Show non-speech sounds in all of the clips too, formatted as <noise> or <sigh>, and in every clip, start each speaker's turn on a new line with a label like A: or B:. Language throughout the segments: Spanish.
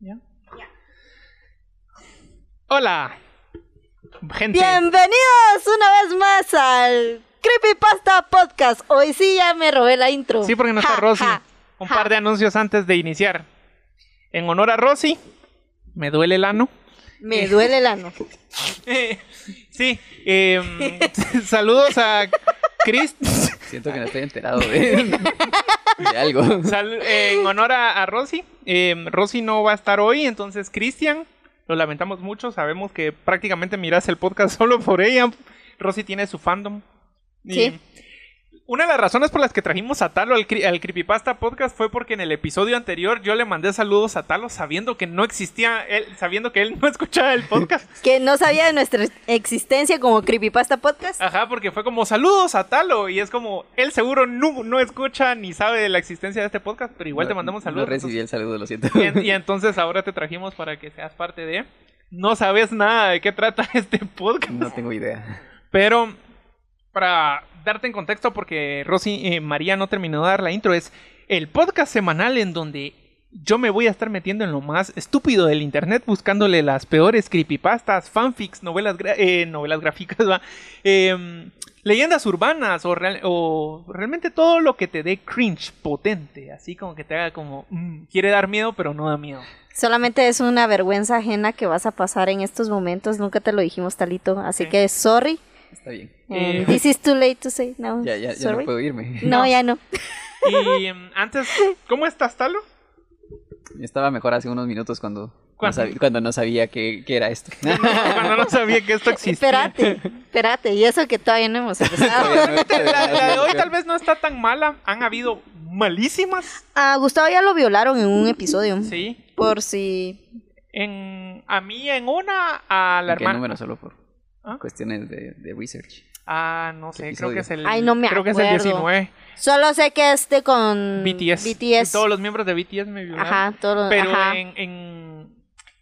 A: ¿Ya? Hola, gente.
B: Bienvenidos una vez más al Creepypasta Podcast. Hoy sí ya me robé la intro.
A: Sí, porque no está
B: Ja,
A: Rosy.
B: ja,
A: Un
B: ja.
A: par de anuncios antes de iniciar. En honor a Rosy, me duele el ano.
B: Me duele
A: <laughs>
B: el ano.
A: sí, em, <laughs> saludos a Chris.
C: Siento que no estoy enterado de, de algo.
A: Sal- eh, en honor a, a Rosy. Em, Rosy no va a estar hoy, entonces Cristian, lo lamentamos mucho. Sabemos que prácticamente miras el podcast <laughs> solo por ella. Rosy tiene su fandom. Y
B: Sí.
A: Una de las razones por las que trajimos a Talo al, cri- al Creepypasta Podcast fue porque en el episodio anterior yo le mandé saludos a Talo sabiendo que no existía él, sabiendo que él no <laughs> escuchaba el
B: <laughs>
A: podcast.
B: Que no sabía de nuestra existencia como Creepypasta Podcast.
A: Ajá, porque fue como saludos a Talo y es como él seguro no, no escucha ni sabe de la existencia de este podcast, pero igual
C: No-
A: te mandamos saludos.
C: No recibí el saludo, lo siento.
A: Y, en- y entonces ahora te trajimos para que seas parte de. No sabes nada de qué trata <laughs> este podcast.
C: <laughs> No tengo idea.
A: Pero para darte en contexto, porque Rosy eh, María no terminó de dar la intro, es el podcast semanal en donde yo me voy a estar metiendo en lo más estúpido del internet, buscándole las peores creepypastas, fanfics, novelas, gra- eh, novelas gráficas, ¿va? Em, leyendas urbanas o, real- o realmente todo lo que te dé cringe potente, así como que te haga como, mm, quiere dar miedo, pero no da miedo.
B: Solamente es una vergüenza ajena que vas a pasar en estos momentos. Nunca te lo dijimos, Talito. Así
A: Sí.
B: que sorry.
C: Está bien.
B: And
A: Eh,
B: This is too late to say now.
C: Ya, ya, ya
B: sorry.
C: no puedo irme.
B: No, ya no.
A: Y em, antes, ¿cómo estás, Talo?
C: Estaba mejor hace unos minutos cuando, no,
A: ¿Cuándo?
C: sabía, cuando no sabía qué, qué era esto.
A: Cuando no sabía que esto existía.
B: Espérate, espérate. Y eso que todavía no hemos
A: <laughs>
B: empezado.
A: La, la de hoy tal vez no está tan mala. Han habido malísimas.
B: A Ah, Gustavo ya lo violaron en un episodio.
A: Sí.
B: Por si
A: En, a mí en una, a la
C: ¿Qué
A: hermana.
C: número? Solo por
A: ¿Ah?
C: cuestiones de, de research.
A: Ah, no sé,
C: ¿Qué
A: creo que
C: episodio?
A: es el.
B: Ay, no me
A: Creo que es el
B: acuerdo.
A: 19.
B: Solo sé que este con
A: BTS.
B: BTS.
A: Todos los miembros de BTS me violaron.
B: Ajá, todos los-
A: Pero
B: ajá.
A: en. en,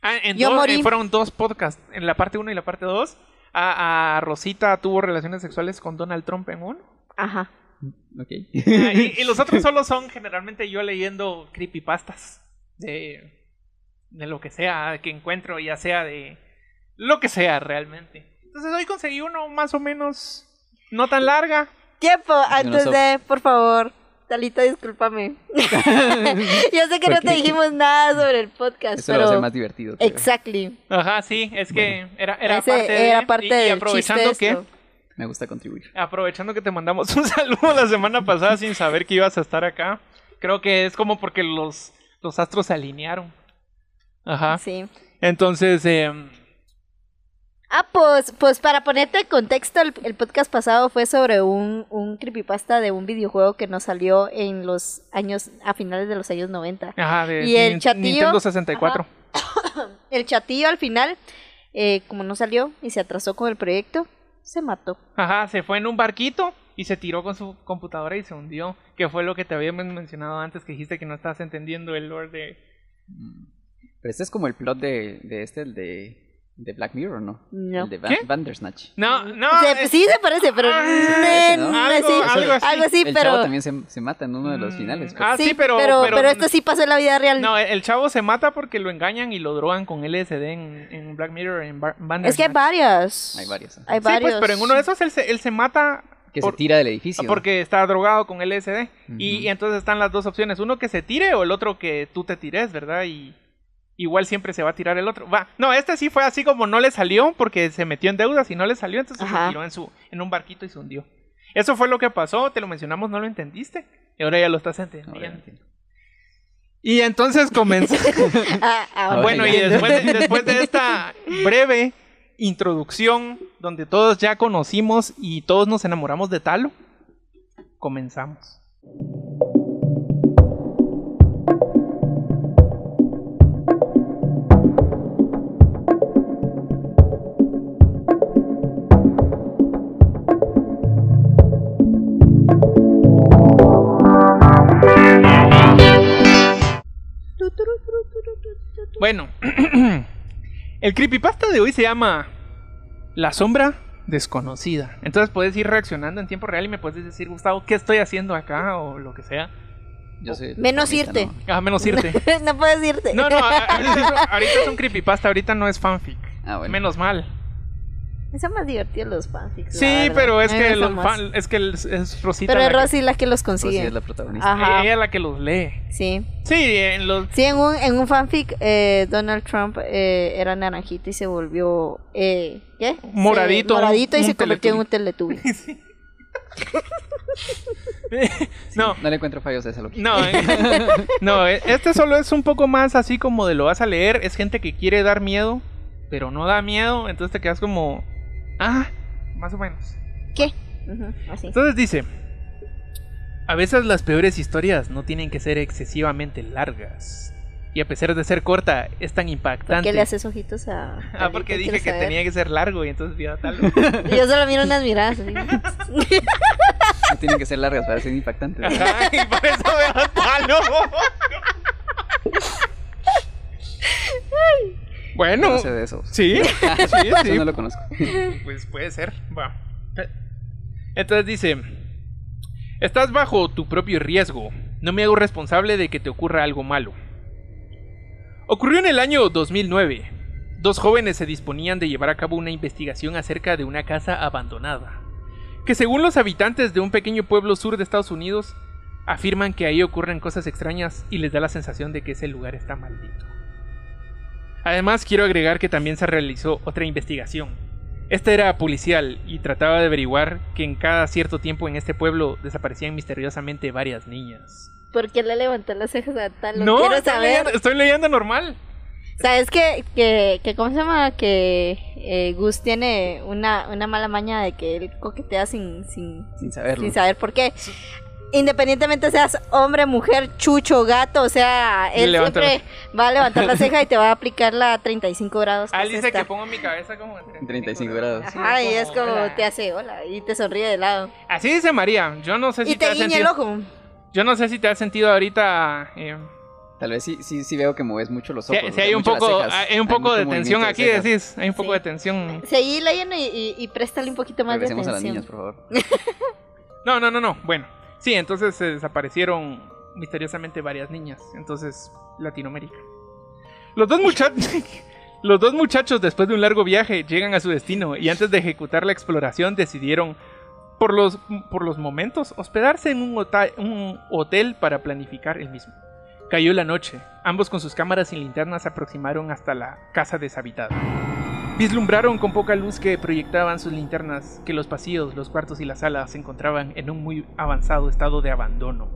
A: ah, en
B: Yo
A: dos-
B: morí.
A: eh, fueron dos podcasts. En la parte 1 y la parte 2. A, a Rosita tuvo relaciones sexuales con Donald Trump en uno.
B: Ajá. <laughs>
C: Ok.
A: Ah, y, y los otros solo son generalmente yo leyendo creepypastas de, de lo que sea que encuentro, ya sea de lo que sea realmente. Entonces hoy conseguí uno más o menos no tan larga.
B: Tiempo, antes
C: so-
B: de, por favor, Talita, discúlpame. <laughs> Yo sé que no
C: ¿Por
B: te
C: qué?
B: dijimos nada sobre el podcast,
C: <laughs> Eso lo va a
B: pero
C: hacer más divertido. creo.
B: exactly.
A: Ajá, sí, es que era, era
B: Ese
A: parte de,
B: era parte
A: y- y,
B: del
A: aprovechando
B: chiste
A: que
B: esto.
C: Me gusta contribuir.
A: aprovechando que te mandamos <laughs> un saludo la semana pasada sin saber que ibas a estar acá. Creo que es como porque los los astros se alinearon. Ajá.
B: Sí.
A: Entonces, em,
B: Ah, pues, pues para ponerte en contexto, el, el podcast pasado fue sobre un, un creepypasta de un videojuego que nos salió en los años, a finales de los años 90.
A: ajá, de
B: Y el
A: Nin-
B: chatillo,
A: Nintendo 64.
B: El chatillo al final, eh, como no salió y se atrasó con el proyecto, se mató.
A: Ajá, se fue en un barquito y se tiró con su computadora y se hundió. Que fue lo que te había men- mencionado antes, que dijiste que no estabas entendiendo el lore de...
C: Pero este es como el plot de, de este, el de, de Black Mirror, ¿no?
B: No.
C: El de Van-
A: ¿Qué?
C: Bandersnatch.
A: No, no.
B: Se-
A: es-
B: sí se parece, pero
A: Ah,
B: no,
C: parece, ¿no?
B: no,
A: Algo-
B: sí,
A: algo así.
C: el chavo
B: pero,
C: también se, se mata en uno de los
A: Mm,
C: finales. pues.
A: ah, sí, pero-
B: pero,
A: pero-
B: pero esto sí pasó en la vida real.
A: No, el- el chavo se mata porque lo engañan y lo drogan con LSD en, en Black Mirror, en Bar- Bandersnatch.
B: es que hay varias.
C: Hay varios. ajá.
B: Hay
A: Sí,
B: varios.
A: pues, pero en uno de esos él se, él se mata...
C: Que
A: por- Ah,
C: se tira del edificio.
A: Porque está drogado con LSD. y,
C: Ujú.
A: y entonces están las dos opciones. Uno que se tire o el otro que tú te tires, ¿verdad? Y igual siempre se va a tirar el otro. Va. No, este sí fue así como no le salió porque se metió en deudas y no le salió. Entonces
B: Ajá.
A: se tiró en, su, en un barquito y se hundió. Eso fue lo que pasó. Te lo mencionamos, no lo entendiste. Y ahora ya lo estás entendiendo.
C: Ahora entiendo.
A: y entonces comenzó.
B: Ah, ah,
C: <laughs> Ahora
A: Bueno,
C: ya.
A: y después de,
B: <laughs>
A: después de esta breve introducción donde todos ya conocimos y todos nos enamoramos de Talo, comenzamos.
B: tu, tu, tu, tu, tu, tu, tu, tu.
A: Bueno, <clears throat> el creepypasta de hoy se llama La sombra desconocida. Entonces puedes ir reaccionando en tiempo real y me puedes decir, Gustavo, ¿qué estoy haciendo acá? o lo que sea.
C: Yo soy
B: Menos
C: reformista,
B: irte.
C: ¿no?
A: Ah, menos
B: <laughs>
A: irte.
B: no puedes irte.
A: No, ah. no, a- a- ahorita es un- ahorita es un creepypasta, ahorita no es fanfic.
C: Ah, bueno.
A: Menos mal.
B: <laughs> Son más divertidos los fanfics. la
A: Sí,
B: verdad.
A: pero es
B: Me
A: que,
B: gustan
A: los
B: más.
A: fan- es que el- es Rosita
B: Pero es
A: la que-
B: Rosy la que los
C: Rosy
B: consigue.
C: Pues es la
A: Ah,
C: protagonista.
B: Ajá.
A: ella la que los lee.
B: Sí.
A: Sí, en los...
B: Sí, en un, en un fanfic, eh, Donald Trump eh, era naranjito y se volvió. Eh, ¿Qué?
A: Moradito,
B: Se- moradito
A: un-
B: y
A: un
B: se convirtió en un teletubi.
A: no,
C: No le encuentro fallos a esa loquita.
A: No, eh, <laughs> no, eh, este solo es un poco más así como de lo vas a leer. Es gente que quiere dar miedo, pero no da miedo. Entonces te quedas como, ah, más o menos.
B: ¿Qué?
A: <laughs>
B: Ujú, así.
A: Entonces dice, a veces las peores historias no tienen que ser excesivamente largas. Y a pesar de ser corta, es tan
B: ¿Por
A: impactante.
B: qué le haces ojitos a.? a
A: Ah, porque dije
B: Lito? Quiero
A: que
B: saber.
A: tenía que ser largo y entonces ya tal.
B: <laughs> Y Yo solo miro unas
A: <laughs>
B: miradas. así.
C: No tienen que ser largas para ser impactantes.
A: Ajá, y por eso veo
B: <laughs>
A: talo.
C: No,
A: Bueno,
C: sé de eso. <laughs>
A: sí, sí,
C: Eso
A: sí.
C: no lo conozco.
A: Pues puede ser. Va. Entonces dice, estás bajo tu propio riesgo. No me hago responsable de que te ocurra algo malo. Ocurrió en el año 2009. Dos jóvenes se disponían de llevar a cabo una investigación acerca de una casa abandonada, que según los habitantes de un pequeño pueblo sur de Estados Unidos, afirman que ahí ocurren cosas extrañas y les da la sensación de que ese lugar está maldito. Además, quiero agregar que también se realizó otra investigación. Esta Este era policial y trataba de averiguar que en cada cierto tiempo en este pueblo desaparecían misteriosamente varias niñas.
B: ¿Por qué le levanté las cejas a tal?
A: no,
B: quiero
A: estoy
B: saber. Pues
A: leyendo, estoy leyendo normal.
B: ¿Sabes que, que, que cómo se llama? Que eh, Gus tiene una, una mala maña de que él coquetea sin, sin,
C: Sin saberlo.
B: sin saber por qué. Independientemente seas hombre, mujer, chucho, gato, o sea, él
A: Levanta la-
B: siempre va a levantar la ceja y te va a aplicar la 35 grados. que
A: Ah,
B: es
A: dice
B: esta.
A: que pongo mi cabeza como en
C: 35 grados.
A: Sí,
B: Ajá, y es como
A: hola.
B: te hace hola y te sonríe de lado.
A: Así dice María. Yo no sé si
B: Y
A: te,
B: te
A: has
B: guiña el
A: sentido.
B: ojo.
A: Yo no sé si te has sentido ahorita. eh,
C: Tal vez sí, sí, sí veo que mueves mucho los
A: si,
C: ojos.
A: si hay un
C: mucho las
A: poco,
C: cejas.
A: hay un poco
C: mucho
A: de
C: movimiento
A: tensión
C: de
A: aquí,
C: cejas.
A: decís. Hay un poco
B: Sí.
A: de tensión.
B: Seguí leyendo y, y, y préstale un poquito más
C: Regresemos
B: de
C: a las
B: atención.
C: niñas, por favor.
A: No, no, no, no. Bueno, sí, entonces se desaparecieron misteriosamente varias niñas. Entonces, Latinoamérica. Los dos muchachos. <laughs> Los dos muchachos, después de un largo viaje, llegan a su destino y antes de ejecutar la exploración decidieron, por los, por los momentos, hospedarse en un, hota- un hotel para planificar el mismo. Cayó la noche. Ambos con sus cámaras y linternas se aproximaron hasta la casa deshabitada. Vislumbraron con poca luz que proyectaban sus linternas que los pasillos, los cuartos y las salas se encontraban en un muy avanzado estado de abandono.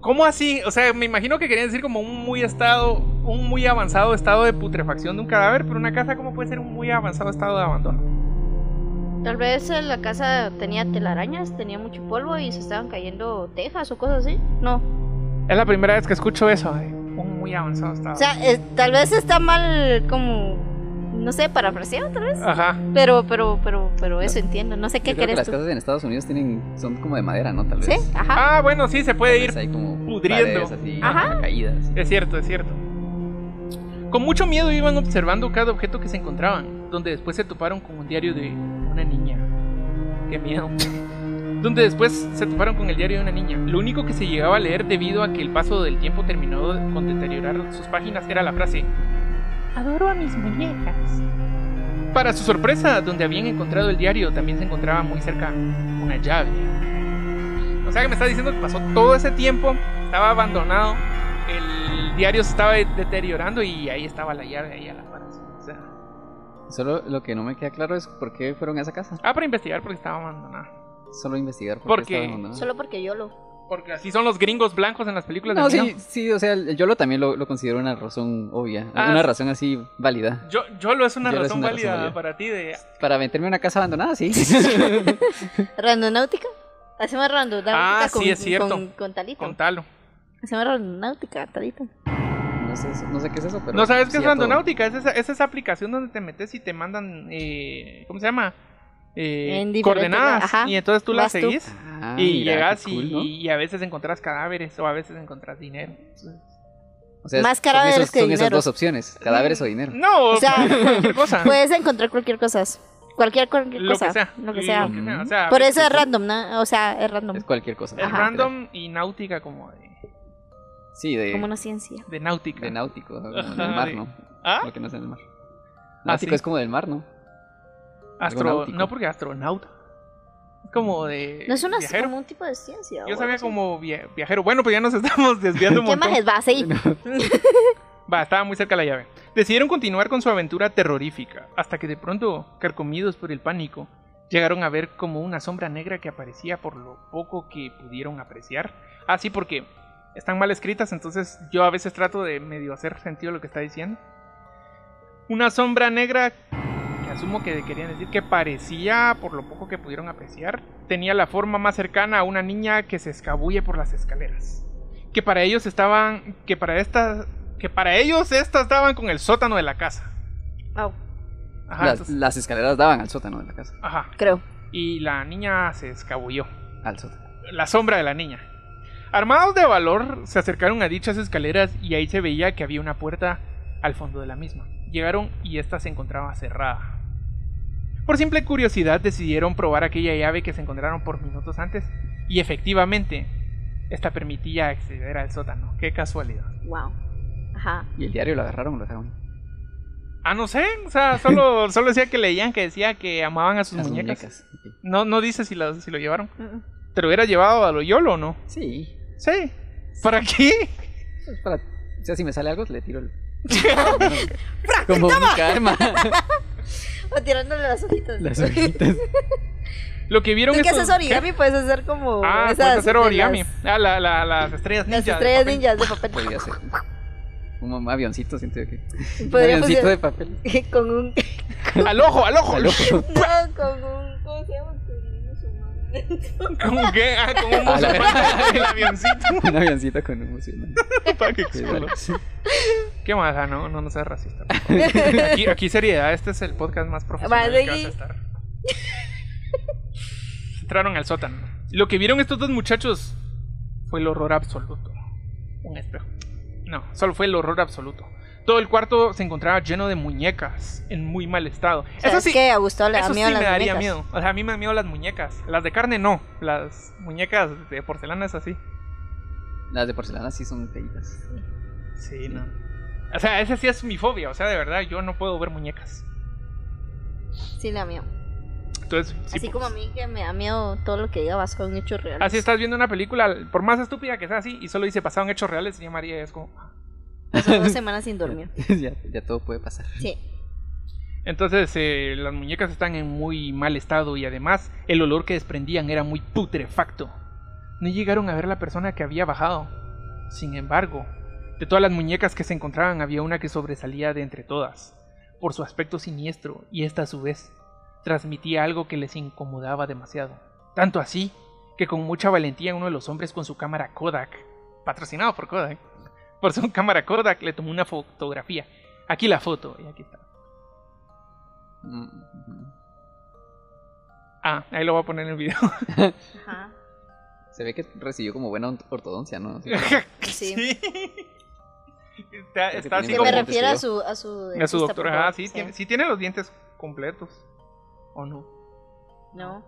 A: ¿Cómo así? O sea, me imagino que querían decir como un muy estado, un muy avanzado estado de putrefacción de un cadáver, pero una casa cómo puede ser un muy avanzado estado de abandono.
D: Tal vez eh, la casa tenía telarañas, tenía mucho polvo y se estaban cayendo tejas o cosas así. No.
A: Es la primera vez que escucho eso, de un muy avanzado estado.
B: O sea, eh, tal vez está mal como, no sé, parafraseado tal vez.
A: Ajá.
B: Pero, pero, pero, pero eso entiendo. No sé qué
C: Yo creo que
B: crees
C: las
B: tú.
C: casas en Estados Unidos tienen, son como de madera, ¿no? Tal vez.
B: Sí, ajá.
A: Ah, bueno, sí se puede
C: Tal
A: ir
C: vez hay como
A: pudriendo.
C: paredes así,
B: Ajá.
C: caídas.
A: Es cierto, es cierto. Con mucho miedo iban observando cada objeto que se encontraban, donde después se toparon con un diario de una niña. Qué miedo. Donde después se toparon con el diario de una niña. Lo único que se llegaba a leer debido a que el paso del tiempo terminó con deteriorar sus páginas era la frase Adoro a mis muñecas. Para su sorpresa, donde habían encontrado el diario también se encontraba muy cerca una llave. O sea que me está diciendo que pasó todo ese tiempo, estaba abandonado, el diario se estaba de- deteriorando y ahí estaba la llave ahí a la par. así, o sea.
C: Solo lo que no me queda claro es por qué fueron a esa casa.
A: ah, para investigar porque estaba abandonada.
C: Solo investigar por,
A: ¿Por
C: qué
A: qué?
C: estaban abandonados.
B: Solo porque yo lo.
A: Porque así son los gringos blancos en las películas
C: No,
A: de
C: sí,
A: miedo.
C: sí, o sea, el YOLO también lo, lo considero una razón obvia,
A: Ah,
C: una
A: sí.
C: razón así válida.
A: Yo, yo lo es una
C: Yo lo es
A: razón
C: una razón
A: válida
C: válida.
A: para ti de
C: Para meterme en una casa abandonada,
A: <laughs>
C: sí.
B: ¿Randonáutica? Hacemos randonáutica
A: Ah, sí,
B: con,
A: es cierto.
B: con, con Talita.
A: contarlo.
B: Hacemos randonáutica, Talita.
C: no, sé, eso- no sé qué es eso, pero...
A: ¿No sabes
C: sí
A: qué es
C: a todo.
A: Randonáutica? Es esa, es esa aplicación donde te metes y te mandan, eh, ¿cómo se llama? Eh,
B: En diferentes-
A: coordenadas.
B: ajá.
A: y entonces tú las
B: Vas tú.
A: seguís
C: Ah,
A: y
C: mira, qué
A: llegas y,
C: cool, ¿no?
A: y a veces encontrás cadáveres o a veces encontrás dinero.
C: O sea,
B: Más
C: son
B: cadáveres
C: esos-
B: que
C: Son esas
B: dinero.
C: dos opciones, cadáveres o dinero.
A: No,
B: O sea, <laughs>
A: cualquier cosa.
B: Puedes encontrar cualquier cosa. Cualquier, cualquier
A: Ah. Lo
B: cosa.
A: que sea. Ah,
B: Lo que sea.
A: Lo que sea, o sea,
B: Por eso es random, ¿no? O sea, es random.
C: Es cualquier cosa. Ah,
A: es random y náutica como de,
C: Sí, de,
B: Como una ciencia.
A: de náutica.
C: de náutico, como del
A: Ajá,
C: mar,
A: de-
C: ¿no?
A: ¿Ah?
C: Lo que no es del mar.
A: Ah,
C: Náutico
A: sí.
C: es como del mar, ¿no?
A: Astro-
C: Algo náutico.
A: No, porque astronauta. Es como de.
D: No es una,
A: eh, viajero.
D: como un tipo de ciencia.
A: Yo
D: o
A: sabía
D: algo así.
A: como via- viajero. Bueno, pues ya nos <laughs> estamos desviando un
B: ¿Qué
A: montón.
B: más es? Va, seguí.
A: Va, estaba muy cerca la llave. Decidieron continuar con su aventura terrorífica, hasta que de pronto, carcomidos por el pánico, llegaron a ver como una sombra negra que aparecía por lo poco que pudieron apreciar. Ah, sí, porque están mal escritas, entonces yo a veces trato de medio hacer sentido lo que está diciendo. Una sombra negra, que asumo que querían decir que parecía, por lo poco que pudieron apreciar, tenía la forma más cercana a una niña que se escabulle por las escaleras. Que para ellos estaban, que para estas, que para ellos estas daban con el sótano de la casa.
B: Oh,
D: Au.
A: Ajá,
C: las,
A: Ah, entonces-
C: las escaleras daban al sótano de la casa.
A: ajá.
B: Creo.
A: Y la niña se escabulló.
C: Al sótano.
A: la sombra de la niña. Armados de valor, se acercaron a dichas escaleras y ahí se veía que había una puerta al fondo de la misma. Llegaron y esta se encontraba cerrada. Por simple curiosidad decidieron probar aquella llave que se encontraron por minutos antes y efectivamente esta permitía acceder al sótano. Qué casualidad.
D: Wow. Ajá.
C: Y el diario lo agarraron, lo dejaron.
A: Ah, no sé, o sea, <laughs> solo, solo decía que leían, que decía que amaban a sus
C: Las
A: muñecas.
C: muñecas. Ok.
A: No, no dice si lo, si lo llevaron.
B: Mm.
A: ¿Te lo hubiera llevado a lo YOLO o no?
C: Sí.
A: Sí. ¿Para qué?
C: Pues para, o sea, si me sale algo, le tiro el. Como única arma.
B: O tirándole las hojitas.
C: Las hojitas.
A: Lo que vieron
B: ¿Tú qué
A: estos-
B: haces origami? Puedes hacer como.
A: Ah,
B: esas
A: puedes hacer
B: de
A: origami.
B: Las,
A: Ah, la- la- las estrellas ninja.
B: las
A: de
B: estrellas
A: papel.
B: ninjas de papel.
C: Podría ser. Un avioncito, siento yo que. Un
B: Podría
C: avioncito de
B: funcionar.
C: papel.
B: <laughs> con
A: <laughs>
B: un. <laughs>
A: Al ojo, al ojo. <laughs>
C: Al ojo.
B: No, con un. ¿Cómo se llama? Con un musulmán.
A: ¿Con qué? Ah, con un
C: <laughs> A la-
A: <laughs> musulmán, el avioncito.
C: <laughs> Un avioncito con un museo.
A: Pa' que
C: Sí,
A: explote.
C: dale.
A: ¿Qué más? Ah, no, no, no seas racista. por
B: <laughs>
A: favor. Aquí, aquí seriedad. Este es el podcast más profesional
B: Vale,
A: que vas a
B: y-
A: estar. Entraron al sótano. Lo que vieron estos dos muchachos fue el horror absoluto. Un espejo. No, solo fue el horror absoluto. Todo el cuarto se encontraba lleno de muñecas en muy mal estado. Eso
B: ¿Sabes
A: sí,
B: qué? A Gustavo le da
A: Eso sí
B: miedo
A: me
B: las
A: daría
B: muñecas.
A: miedo. O sea, a mí me dan miedo las muñecas. Las de carne no. Las muñecas de porcelana es así.
C: Las de porcelana sí son feitas.
A: Sí, no. O sea, esa sí es mi fobia. O sea, de verdad, yo no puedo ver muñecas.
B: Sí, le da miedo.
A: Entonces, sí,
B: Así
A: pues,
B: como a mí que me da miedo todo lo que diga basado en hechos reales.
A: Así estás viendo una película, por más estúpida que sea así, y solo dice basado en hechos reales, y María es como. ah.
B: Pasó dos semanas sin dormir.
C: <laughs> ya, ya todo puede pasar.
A: <laughs>
B: Sí.
A: Entonces, eh, las muñecas están en muy mal estado y además el olor que desprendían era muy putrefacto. No llegaron a ver la persona que había bajado. Sin embargo, de todas las muñecas que se encontraban había una que sobresalía de entre todas, por su aspecto siniestro, y esta a su vez transmitía algo que les incomodaba demasiado. Tanto así que con mucha valentía uno de los hombres con su cámara Kodak, patrocinado por Kodak, por su <laughs> cámara Kodak le tomó una fotografía. Aquí la foto, y aquí está.
C: Mm, mm.
A: Ah, ahí lo voy a poner en el <laughs> video.
B: Ajá.
C: Se ve que recibió como buena ont- ortodoncia, ¿no? Sí.
A: <laughs>
B: Sí.
A: Está, está así
B: Que
C: como
B: me
C: antes
B: refiero
C: que
B: a
C: yo.
B: su. A su,
A: A su
B: dentista, por
A: doctora.
B: favor.
A: Ah, sí, Tiene, sí tiene los dientes completos. ¿O no?
B: No.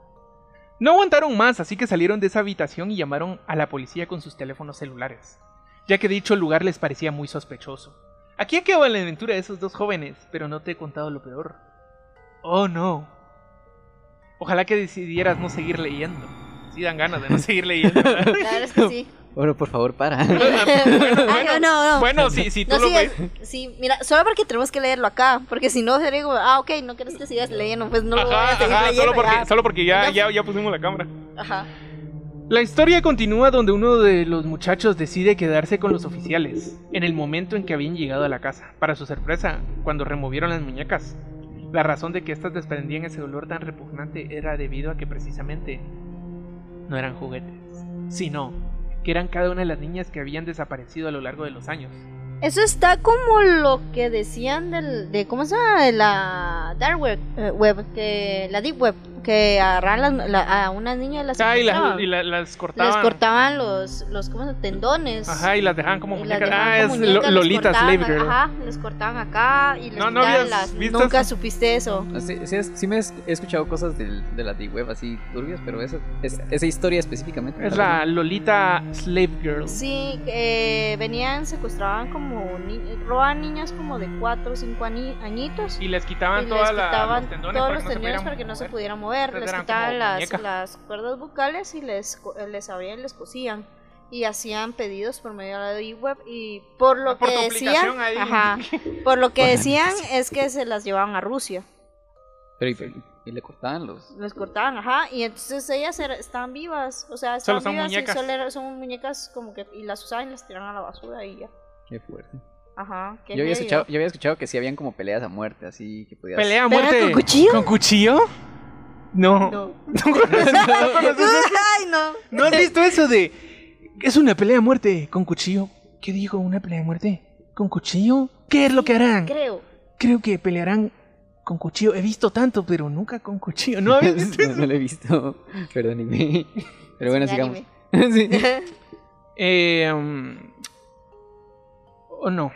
A: No aguantaron más, así que salieron de esa habitación y llamaron a la policía con sus teléfonos celulares, ya que dicho lugar les parecía muy sospechoso. Aquí acaba la aventura de esos dos jóvenes, pero no te he contado lo peor. Oh no. Ojalá que decidieras no seguir leyendo. Sí dan ganas <laughs> de no seguir leyendo. ¿verdad? <laughs>
D: La verdad es que sí.
C: Bueno, por favor, para.
B: <laughs>
A: bueno,
B: Ah, no, no, no.
A: bueno, si, si tú
B: No
A: lo
B: sigas,
A: ves.
B: sí, mira, solo porque tenemos que leerlo acá, porque si no sería como, ah, ok, no quieres que sigas leyendo, pues no lo voy a
A: Ajá,
B: seguir
A: ajá,
B: leyendo.
A: solo porque,
B: ya.
A: solo porque ya,
B: Ya.
A: ya, ya pusimos la cámara.
B: Ajá.
A: La historia continúa donde uno de los muchachos decide quedarse con los oficiales, en el momento en que habían llegado a la casa. Para su sorpresa, cuando removieron las muñecas, la razón de que éstas desprendían ese olor tan repugnante era debido a que precisamente no eran juguetes, sino que eran cada una de las niñas que habían desaparecido a lo largo de los años.
D: Eso está como lo que decían del, de, ¿cómo se llama? De la dark web, eh, web, que, la deep web,
B: que agarraban las- la- a unas niñas las
A: Ah, y, las-
B: secuestraban.
A: y la- las cortaban.
B: les cortaban los, los ¿cómo se llama? tendones.
A: Ajá, y las dejaban como
B: Y las
A: muñecas.
B: dejaban
A: ah,
B: como
A: es
B: muñecas,
A: Lo-
B: les
A: Lolita
B: cortaban
A: Slave Girl.
B: a- Ajá, les cortaban acá y les
A: No, no
B: quitaban
A: habías
B: las-
A: visto
B: Nunca
A: eso.
B: supiste eso.
C: No, Sí, sí, es- sí me es- he escuchado cosas del- de las de web así turbias, pero esa, es- esa historia específicamente.
A: Es la Lolita Slave Girl.
B: Sí, eh, venían, secuestraban como, ni robaban niñas como de 4 o 5 añitos.
A: Y les
B: y
A: quitaban
B: les
A: todas las
B: quitaban
A: los tendones
B: todos
A: para
B: los
A: que no se
B: tendones
A: pudieran
B: para que no se
A: mover.
B: pudieran mover,
A: Entonces
B: les
A: eran
B: quitaban
A: como
B: las,
A: muñecas.
B: las cuerdas bucales y les, co- les abrían y les cosían. Y hacían pedidos por medio de la web y por lo
A: Ah, Por
B: que
A: tu
B: decían,
A: aplicación ahí. <laughs>
B: ajá, por lo que
C: Por la
B: decían es que se las llevaban a Rusia.
C: Pero y, y le cortaban los.
B: Los cortaban, ajá, y entonces ellas era- estaban vivas, o sea,
A: Solo
B: estaban
A: son
B: vivas y
A: muñecas.
B: solo era- son muñecas como que y las usaban y las tiraban a la basura y ya.
C: Qué fuerte.
B: Ajá, qué
C: Yo había,
B: heavy,
C: escuchado,
B: ¿no?
C: yo había escuchado que sí habían como peleas a muerte, así que podías. <laughs>
A: Pelea a
B: ¿Pero
A: muerte.
B: con cuchillo?
A: ¿Con cuchillo? No. No,
B: <laughs> Ay, no.
A: ¿No has visto eso de. Es una pelea a muerte con cuchillo. ¿Qué dijo una pelea a muerte? ¿Con cuchillo? ¿Qué es lo que harán?
B: Creo.
A: Creo que pelearán con cuchillo. He visto tanto, pero nunca con cuchillo. ¿No habías visto
C: no, no lo he visto. <laughs> Perdónenme. Pero bueno,
B: Sí,
C: sigamos.
B: anime.
C: <laughs> Sí.
A: Eh, mm, o no.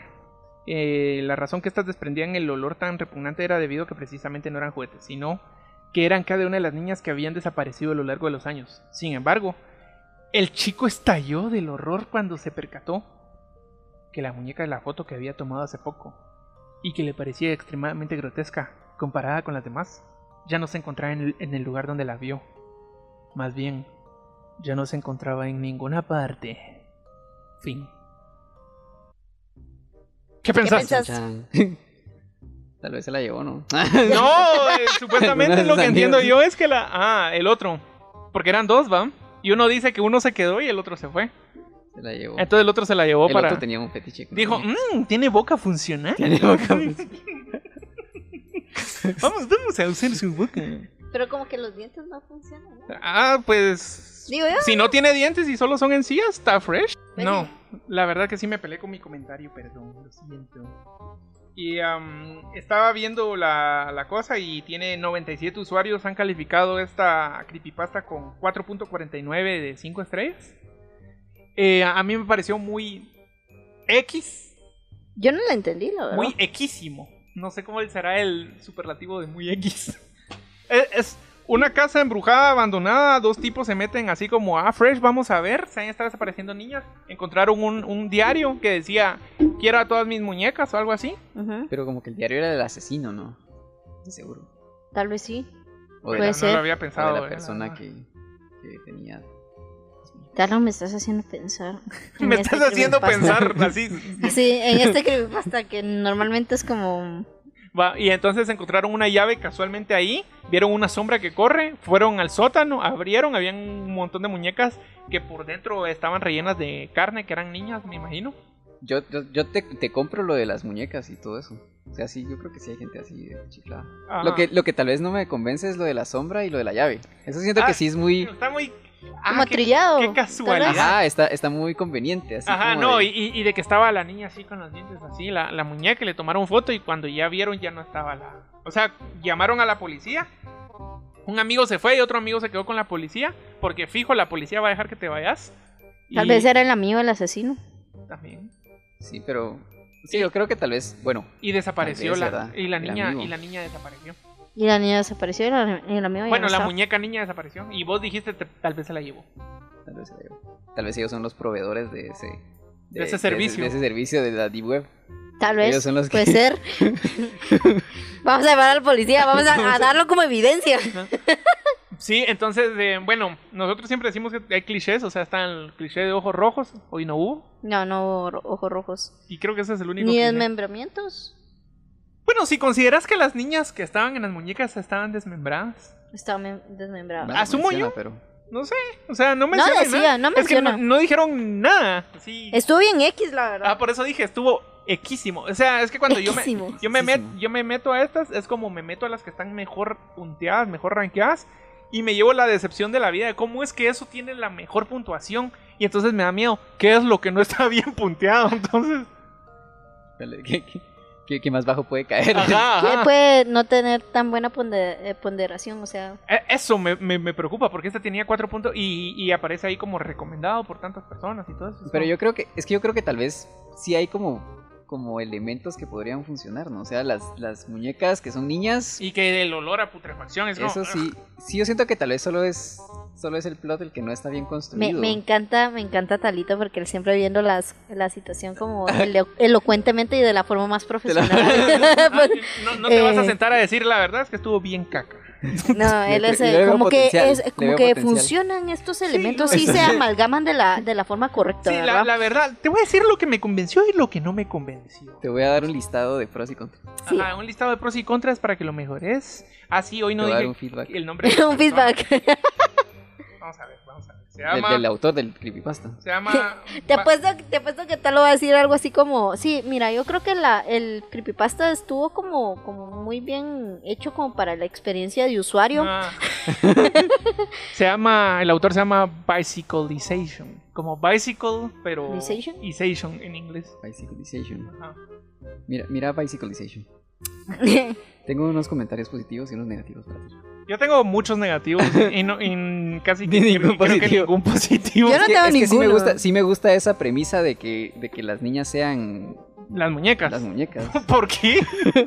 A: Eh, la razón que estas desprendían el olor tan repugnante era debido a que precisamente no eran juguetes, sino que eran cada una de las niñas que habían desaparecido a lo largo de los años. Sin embargo, el chico estalló del horror cuando se percató que la muñeca de la foto que había tomado hace poco y que le parecía extremadamente grotesca comparada con las demás, ya no se encontraba en el- en el lugar donde la vio. Más bien, ya no se encontraba en ninguna parte. Fin. ¿Qué pensaste?
E: pensaste?
C: Chan. Tal vez se la llevó, ¿no? <laughs>
A: No, eh, supuestamente
C: Algunas
A: lo que
C: salidas.
A: entiendo yo es que la... Ah, el otro. Porque eran dos, ¿va? Y uno dice que uno se quedó y el otro se fue.
C: se la llevó.
A: Entonces el otro se la llevó
C: el
A: para...
C: otro tenía un fetiche. con
A: Dijo,
C: <laughs> ella.
A: mmm, tiene boca
C: <laughs>
A: funcional.
C: Tiene boca funcional".
A: Vamos, vamos a usar su boca.
B: Pero como que los dientes no funcionan. ¿no?
A: Ah, pues...
B: Digo yo.
A: Si no tiene dientes y solo son encías, está fresh.
B: Pues
A: no,
B: sí.
A: la verdad que sí me peleé con mi comentario, perdón, lo siento. Y am, estaba viendo la, la cosa y tiene 97 usuarios, han calificado esta creepypasta con 4.49 de 5 estrellas. Eh, a mí me pareció muy X,
B: Yo no la entendí, la verdad.
A: muy equísimo. No sé cómo será el superlativo de muy X. <laughs> Es, es una casa embrujada, abandonada. Dos tipos se meten así como, ah, fresh, vamos a ver. Se han estado desapareciendo niñas. Encontraron un, un diario que decía, quiero a todas mis muñecas o algo así.
B: Ujú.
C: Pero como que el diario era del asesino, ¿no? De seguro.
B: Tal vez sí.
C: O de,
A: Bueno,
B: Puede
C: la,
A: no
B: ser.
A: lo había
C: o de
A: pensado. ¿eh?
C: la
A: ¿verdad?
C: persona que, que tenía. pues,
B: Carlos, me estás haciendo pensar.
A: <laughs> <laughs>
B: en
A: Me
B: este
A: estás haciendo
B: creepypasta.
A: pensar así.
B: Sí, en este creepypasta que normalmente es como.
A: Va, y entonces encontraron una llave casualmente ahí, vieron una sombra que corre, fueron al sótano, abrieron, habían un montón de muñecas que por dentro estaban rellenas de carne, que eran niñas, me imagino.
C: Yo, yo, yo te, te compro lo de las muñecas y todo eso. O sea, sí, yo creo que sí hay gente así de chiflada.
A: Ajá.
C: Lo que, lo que tal vez no me convence es lo de la sombra y lo de la llave. Eso siento
A: Ah,
C: que sí es muy.
A: Está muy... Ah,
B: como
A: qué-
B: trillado.
A: qué casualidad.
C: Ajá, está, está muy conveniente. Así
A: Ajá,
C: como
A: no,
C: de-
A: y, y- y de que estaba la niña así con los dientes así, la, la muñeca, y le tomaron foto y cuando ya vieron ya no estaba la... O sea, llamaron a la policía, un amigo se fue y otro amigo se quedó con la policía, porque fijo, la policía va a dejar que te vayas. Y
B: Tal vez era el amigo del asesino.
A: también.
C: Sí, pero. Sí, yo creo que tal vez. Bueno,
A: Y desapareció
C: Tal vez,
A: la...
C: ¿verdad?
A: Y la,
C: El
A: niña,
C: amigo.
A: y la niña desapareció.
B: Y la niña desapareció y, la- y el amigo ya
A: bueno,
B: no
A: la
B: estaba.
A: muñeca niña desapareció y vos dijiste te- tal vez se la llevó.
C: tal vez, tal vez ellos son los proveedores de ese.
A: De ese servicio.
C: De ese, servicio de la D-Web.
B: Tal vez.
C: Ellos son los
B: Puede
C: que- <laughs>
B: ser. vamos a llamar al policía, vamos
A: <laughs>
B: a, a darlo como evidencia.
A: Sí, entonces, eh, bueno, nosotros siempre decimos que hay clichés, o sea, está el cliché de ojos rojos, hoy no hubo.
B: No, no hubo ro- ojos rojos.
A: Y creo que ese es el único.
B: Ni
A: cliché.
B: desmembramientos.
A: Bueno, si consideras que las niñas que estaban en las muñecas estaban desmembradas,
B: Estaba mem- desmembrado.
C: No
A: Asumo
C: menciona,
A: yo.
C: pero-
A: no sé, o sea, Ah, no mencionan
B: decía,
A: nada.
B: no
A: Es que no,
B: menciona.
A: no dijeron nada. Sí.
B: Estuvo bien X, la verdad.
A: Ah, por eso dije, estuvo equísimo. O sea, es que cuando yo me,
B: Equísimo.
A: yo, me met-
C: Equísimo.
A: yo me meto a estas, es como me meto a las que están mejor punteadas, mejor rankeadas, y me llevo la decepción de la vida de cómo es que eso tiene la mejor puntuación. Y entonces <laughs> me da miedo, ¿qué es lo que no está bien punteado? Entonces,
C: Dale, ¿Qué, qué, ¿Qué, qué más bajo puede caer?
A: Ajá,
B: Que
A: ajá.
B: Eh, puede no tener tan buena ponde- eh, ponderación, o sea.
A: E- Eso me, me- me preocupa porque este tenía cuatro puntos y, y aparece ahí como recomendado por tantas personas y todo eso.
C: Pero yo creo que, es que yo creo que tal vez sí hay como, como elementos que podrían funcionar, ¿no? O sea, las, las muñecas que son niñas,
A: Y que el olor a putrefacción es como- ah.
C: eso sí, sí yo siento que tal vez solo es, solo es el plot el que no está bien
B: Me,
C: construido.
B: me encanta, me encanta Talito porque él siempre viendo las, la situación como elo- elocuentemente y de la forma más profesional.
A: <laughs>
B: <laughs>
A: Ah,
B: Pues,
A: no, no te vas a
B: eh.
A: sentar a decir la verdad, es que estuvo bien caca.
B: no, él
C: Le-
B: es
C: le
B: eh,
C: veo
B: como que
C: potencial,
B: es
C: le
B: como
C: veo
B: que
C: potencial.
B: funcionan estos
A: no,
B: elementos y
A: eso sí.
B: se amalgaman de la, de la forma correcta,
A: Sí, la,
B: ¿verdad?
A: la verdad, te voy a decir lo que me convenció y lo que no me convenció.
C: Te voy a dar un listado de pros y contras.
B: Sí.
A: Ajá, un listado de pros y contras para que lo mejores. Ah, sí, hoy
C: Te
A: no
C: voy a dar un
A: dije
C: feedback
A: el nombre. de la
B: <laughs> <laughs> Un
A: persona.
B: feedback.
A: Vamos a ver, vamos a ver. Se
C: del,
A: llama.
C: del autor del creepypasta.
A: Se llama.
B: <laughs> Te
A: Ba-
B: apuesto, te apuesto que tal lo va a decir algo así como, sí, mira, yo creo que la, el creepypasta estuvo como, como muy bien hecho como para la experiencia de usuario. <laughs>
A: Ah. se llama, el autor se llama Bicycleization, como bicycle, pero
B: ¿Ization?
A: ization en inglés.
C: Bicycleization.
A: Ajá.
C: Mira, mira Bicycleization.
B: <laughs>
C: Tengo unos comentarios positivos y unos negativos para ti.
A: Yo tengo muchos
B: <laughs>
A: negativos y, no- y casi que
C: Ni ningún
A: creo que
C: positivo.
A: ningún positivo.
B: Yo no
C: Es que-
B: tengo
C: es que sí me
B: ninguno.
C: gusta, sí me gusta esa premisa de que, de que las niñas sean
A: Las muñecas. <laughs>
C: las muñecas.
A: ¿Por qué?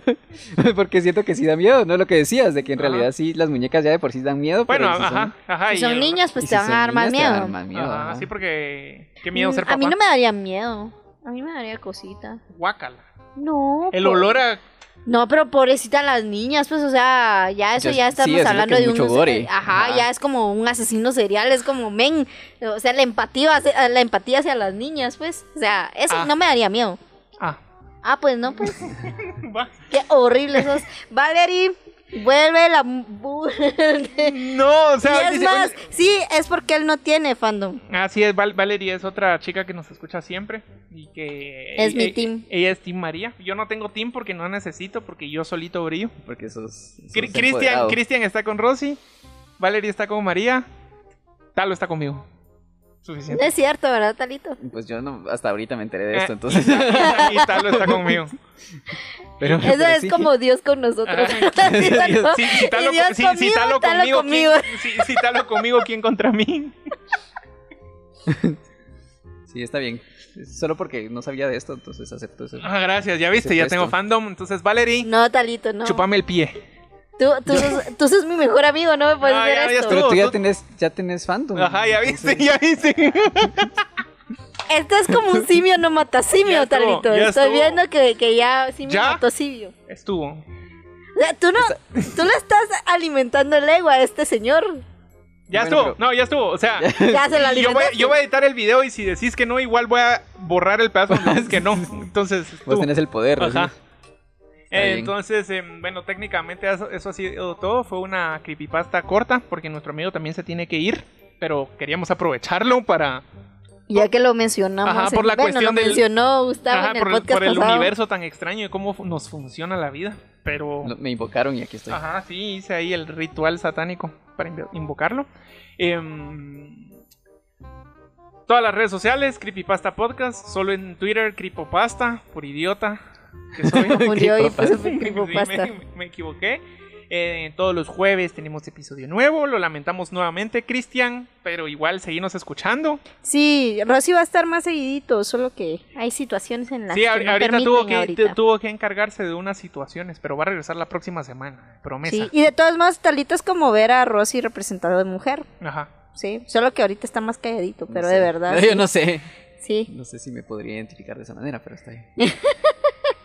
C: <laughs> Porque siento que sí da miedo, ¿no? Lo que decías, de que en
A: Ajá.
C: realidad sí, las muñecas ya de por sí dan miedo.
A: Bueno,
C: pero si son-
A: ajá, ajá.
B: Si
A: y
B: son
A: el-
B: niñas,
C: y
B: pues
C: si
B: te van
C: son
B: a dar más
C: niñas, te
B: miedo.
C: van a dar más miedo,
A: Ajá,
C: ajá.
A: sí, porque qué miedo ser
B: Mm,
A: papá.
B: A mí no me daría miedo. A mí me daría cosita.
A: Guácala.
B: No.
A: El
B: por-
A: olor
B: <laughs>
A: a
B: No, pero pobrecita las niñas, pues, o sea, ya eso
C: Ya-
B: ya
C: sí,
B: estamos
C: yo siento
B: hablando
C: que
B: de
C: es mucho
B: un. eh,
C: gore.
B: Ajá,
C: Ajá.
B: ya es como un asesino serial, es como men. O sea, la empatía, hacia- la empatía hacia las niñas, pues. O sea, eso
A: Ah.
B: no me daría miedo.
A: ah.
B: Ah, pues no, pues. <laughs>
A: va.
B: Qué horrible sos. Valerie, vuelve la. bu- <laughs>
A: No, o sea,
B: y es
A: dice-
B: más, sí, es porque él no tiene fandom.
A: Así Ah, es, Val- Valerie es otra chica que nos escucha siempre y que...
B: Es
A: y-
B: mi
A: e-
B: team.
A: Ella es Team María. Yo no tengo team porque no necesito, porque yo solito brillo.
C: Porque esos. esos
A: Cri- Cristian
C: empoderados.
A: Cristian está con Rosy, Valerie está con María, Talo está conmigo.
B: No
A: Suficiente.
B: es cierto, ¿verdad, Talito?
C: Pues yo no, hasta ahorita me enteré de
A: Eh,
C: esto,
A: <laughs>
C: entonces.
A: Y Talo está
B: <laughs>
A: conmigo.
C: <laughs> pero,
B: Eso
C: pero
B: es
C: sí.
B: como Dios con nosotros.
A: Ah,
B: <laughs> Sí,
C: Dios,
B: ¿no?
A: Si, si Talo,
B: Y Dios
A: si- si
B: conmigo,
A: Talo
B: Talo
A: conmigo,
B: conmigo.
A: ¿quién, <laughs> si, si Talo conmigo, ¿quién contra mí?
C: Sí, está bien. Solo porque no sabía de esto, entonces acepto eso.
A: Ah, gracias, ya viste, ya
C: Supuesto.
A: tengo fandom. Entonces, Valerie,
B: No, Talito, no.
A: chupame el pie.
B: Tú, tú, sos, tú sos mi mejor amigo, no me puedes
A: No,
B: hacer
A: Ah, ya- ya
B: esto.
C: Pero
A: Tú,
C: tú ya
A: tú-
C: tenés, ya tenés fandom.
A: Ajá, ya viste,
C: entonces-
A: ya viste. <laughs>
B: Esto es como un simio no mata
A: Ya
B: simio,
A: estuvo,
B: Talito.
A: ya
B: Estoy
A: estuvo.
B: viendo que, que ya simio
A: ¿Ya?
B: mató simio.
A: Estuvo.
B: O sea, tú no, tú le estás alimentando el ego a este señor.
A: Ya
C: Bueno,
A: estuvo,
C: pero-
A: no, ya estuvo. O sea,
B: Ya se
A: <laughs>
B: lo
A: yo voy,
B: alimentaste.
A: yo voy a editar el video y si decís que no, igual voy a borrar el pedazo
C: <laughs>
A: donde dices que no. Entonces,
C: Vos
A: tú.
C: tenés el poder.
A: Ajá.
C: ¿sí?
A: Eh,
C: bien.
A: entonces, em, bueno, técnicamente eso, eso ha sido todo. Fue una creepypasta corta porque nuestro amigo también se tiene que ir, pero queríamos aprovecharlo para
B: Ya que lo mencionamos.
A: Ajá,
B: en-
A: por la
B: bueno,
A: cuestión
B: lo
A: del-
B: mencionó Gustavo
A: Ajá,
B: en el
A: por, el,
B: podcast
A: por el
B: pasado.
A: universo tan extraño y cómo fu- nos funciona la vida. Pero,
C: No, Me invocaron y aquí estoy.
A: ajá, sí, hice ahí el ritual satánico para invo- invocarlo. Em, todas las redes sociales, Creepypasta Podcast, solo en Twitter, Creepopasta, por idiota <laughs> que
C: <laughs>
A: soy.
B: Me murió y
C: Creepypasta.
B: puso un creepypasta.
A: Sí, me, me equivoqué. Eh, todos los jueves tenemos episodio nuevo. Lo lamentamos nuevamente, Cristian. Pero igual seguimos escuchando.
B: Sí, Rosy va a estar más seguidito, solo que hay situaciones en las
A: sí,
B: que
A: ahor-
B: no
A: ahorita
B: permiten
A: tuvo que,
B: ahorita.
A: tu- tuvo que encargarse de unas situaciones. Pero va a regresar la próxima semana. Promesa.
B: Sí, y de todos modos, Talito es como ver a Rosy representado de mujer,
A: Ajá.
B: ¿sí? Solo que ahorita está más calladito,
C: No
B: pero
C: sé.
B: de verdad.
C: <laughs> Yo no sé.
B: Sí.
C: No sé si me podría identificar de esa manera, pero está bien.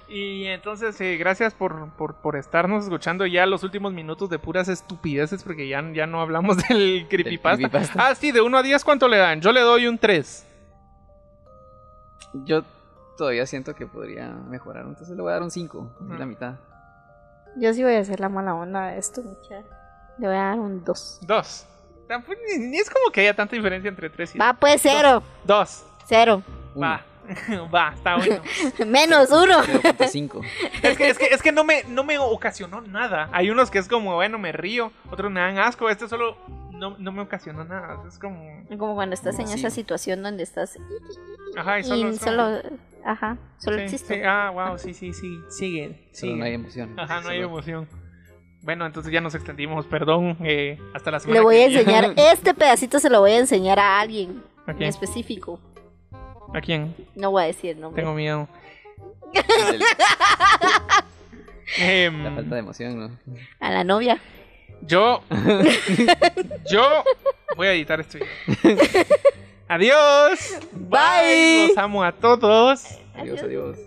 A: Y entonces, eh, gracias por, por, por estarnos escuchando ya los últimos minutos de puras estupideces. Porque ya, ya no hablamos <laughs> del creepypasta.
C: creepypasta.
A: Ah, sí, de 1 a 10, ¿cuánto le dan? Yo le doy un 3.
C: Yo todavía siento que podría mejorar, entonces le voy a dar un 5,
A: Ujú.
C: la mitad.
B: Yo sí voy a hacer la mala onda de esto, mucha. Le voy a dar un 2.
A: Dos. Tampoco- ni- ni es como que haya tanta diferencia entre 3 y
B: Va, pues cero.
A: Dos.
B: Cero. <laughs>
C: Uno.
A: Va, <laughs> va, está bueno.
B: Menos uno.
C: 0.5.
A: es, que, es, que, es que no me, no me ocasionó nada. Hay unos que es como, bueno, me río, otros me dan asco, este solo no, no me ocasionó nada. Es como...
B: Como cuando estás en
C: Sí.
B: esa situación donde estás
A: Ajá, y
B: y
A: solo...
B: solo,
A: es como-
B: ajá,
D: Ajá, solo
A: Sí,
D: existe.
A: sí. Ah, wow, sí, sí, sí. Sigue.
C: Solo
A: sigue.
C: no hay emoción.
A: Ajá, no hay
C: Solo-
A: emoción. Bueno, entonces ya nos extendimos, perdón. eh, hasta la semana
B: Le
A: <laughs>
B: voy
A: que
B: a
A: viene.
B: enseñar, este pedacito se lo voy a enseñar a alguien
A: ¿A
B: en
A: quién?
B: específico.
A: ¿A quién?
B: No voy a decir nombre.
A: Tengo miedo.
C: El-
A: Em,
C: La falta de emoción, ¿no?
B: A la novia. <laughs>
A: yo. yo voy a editar esto.
B: <laughs>
A: Adiós.
B: Bye.
A: Los amo a todos.
C: Adiós, adiós.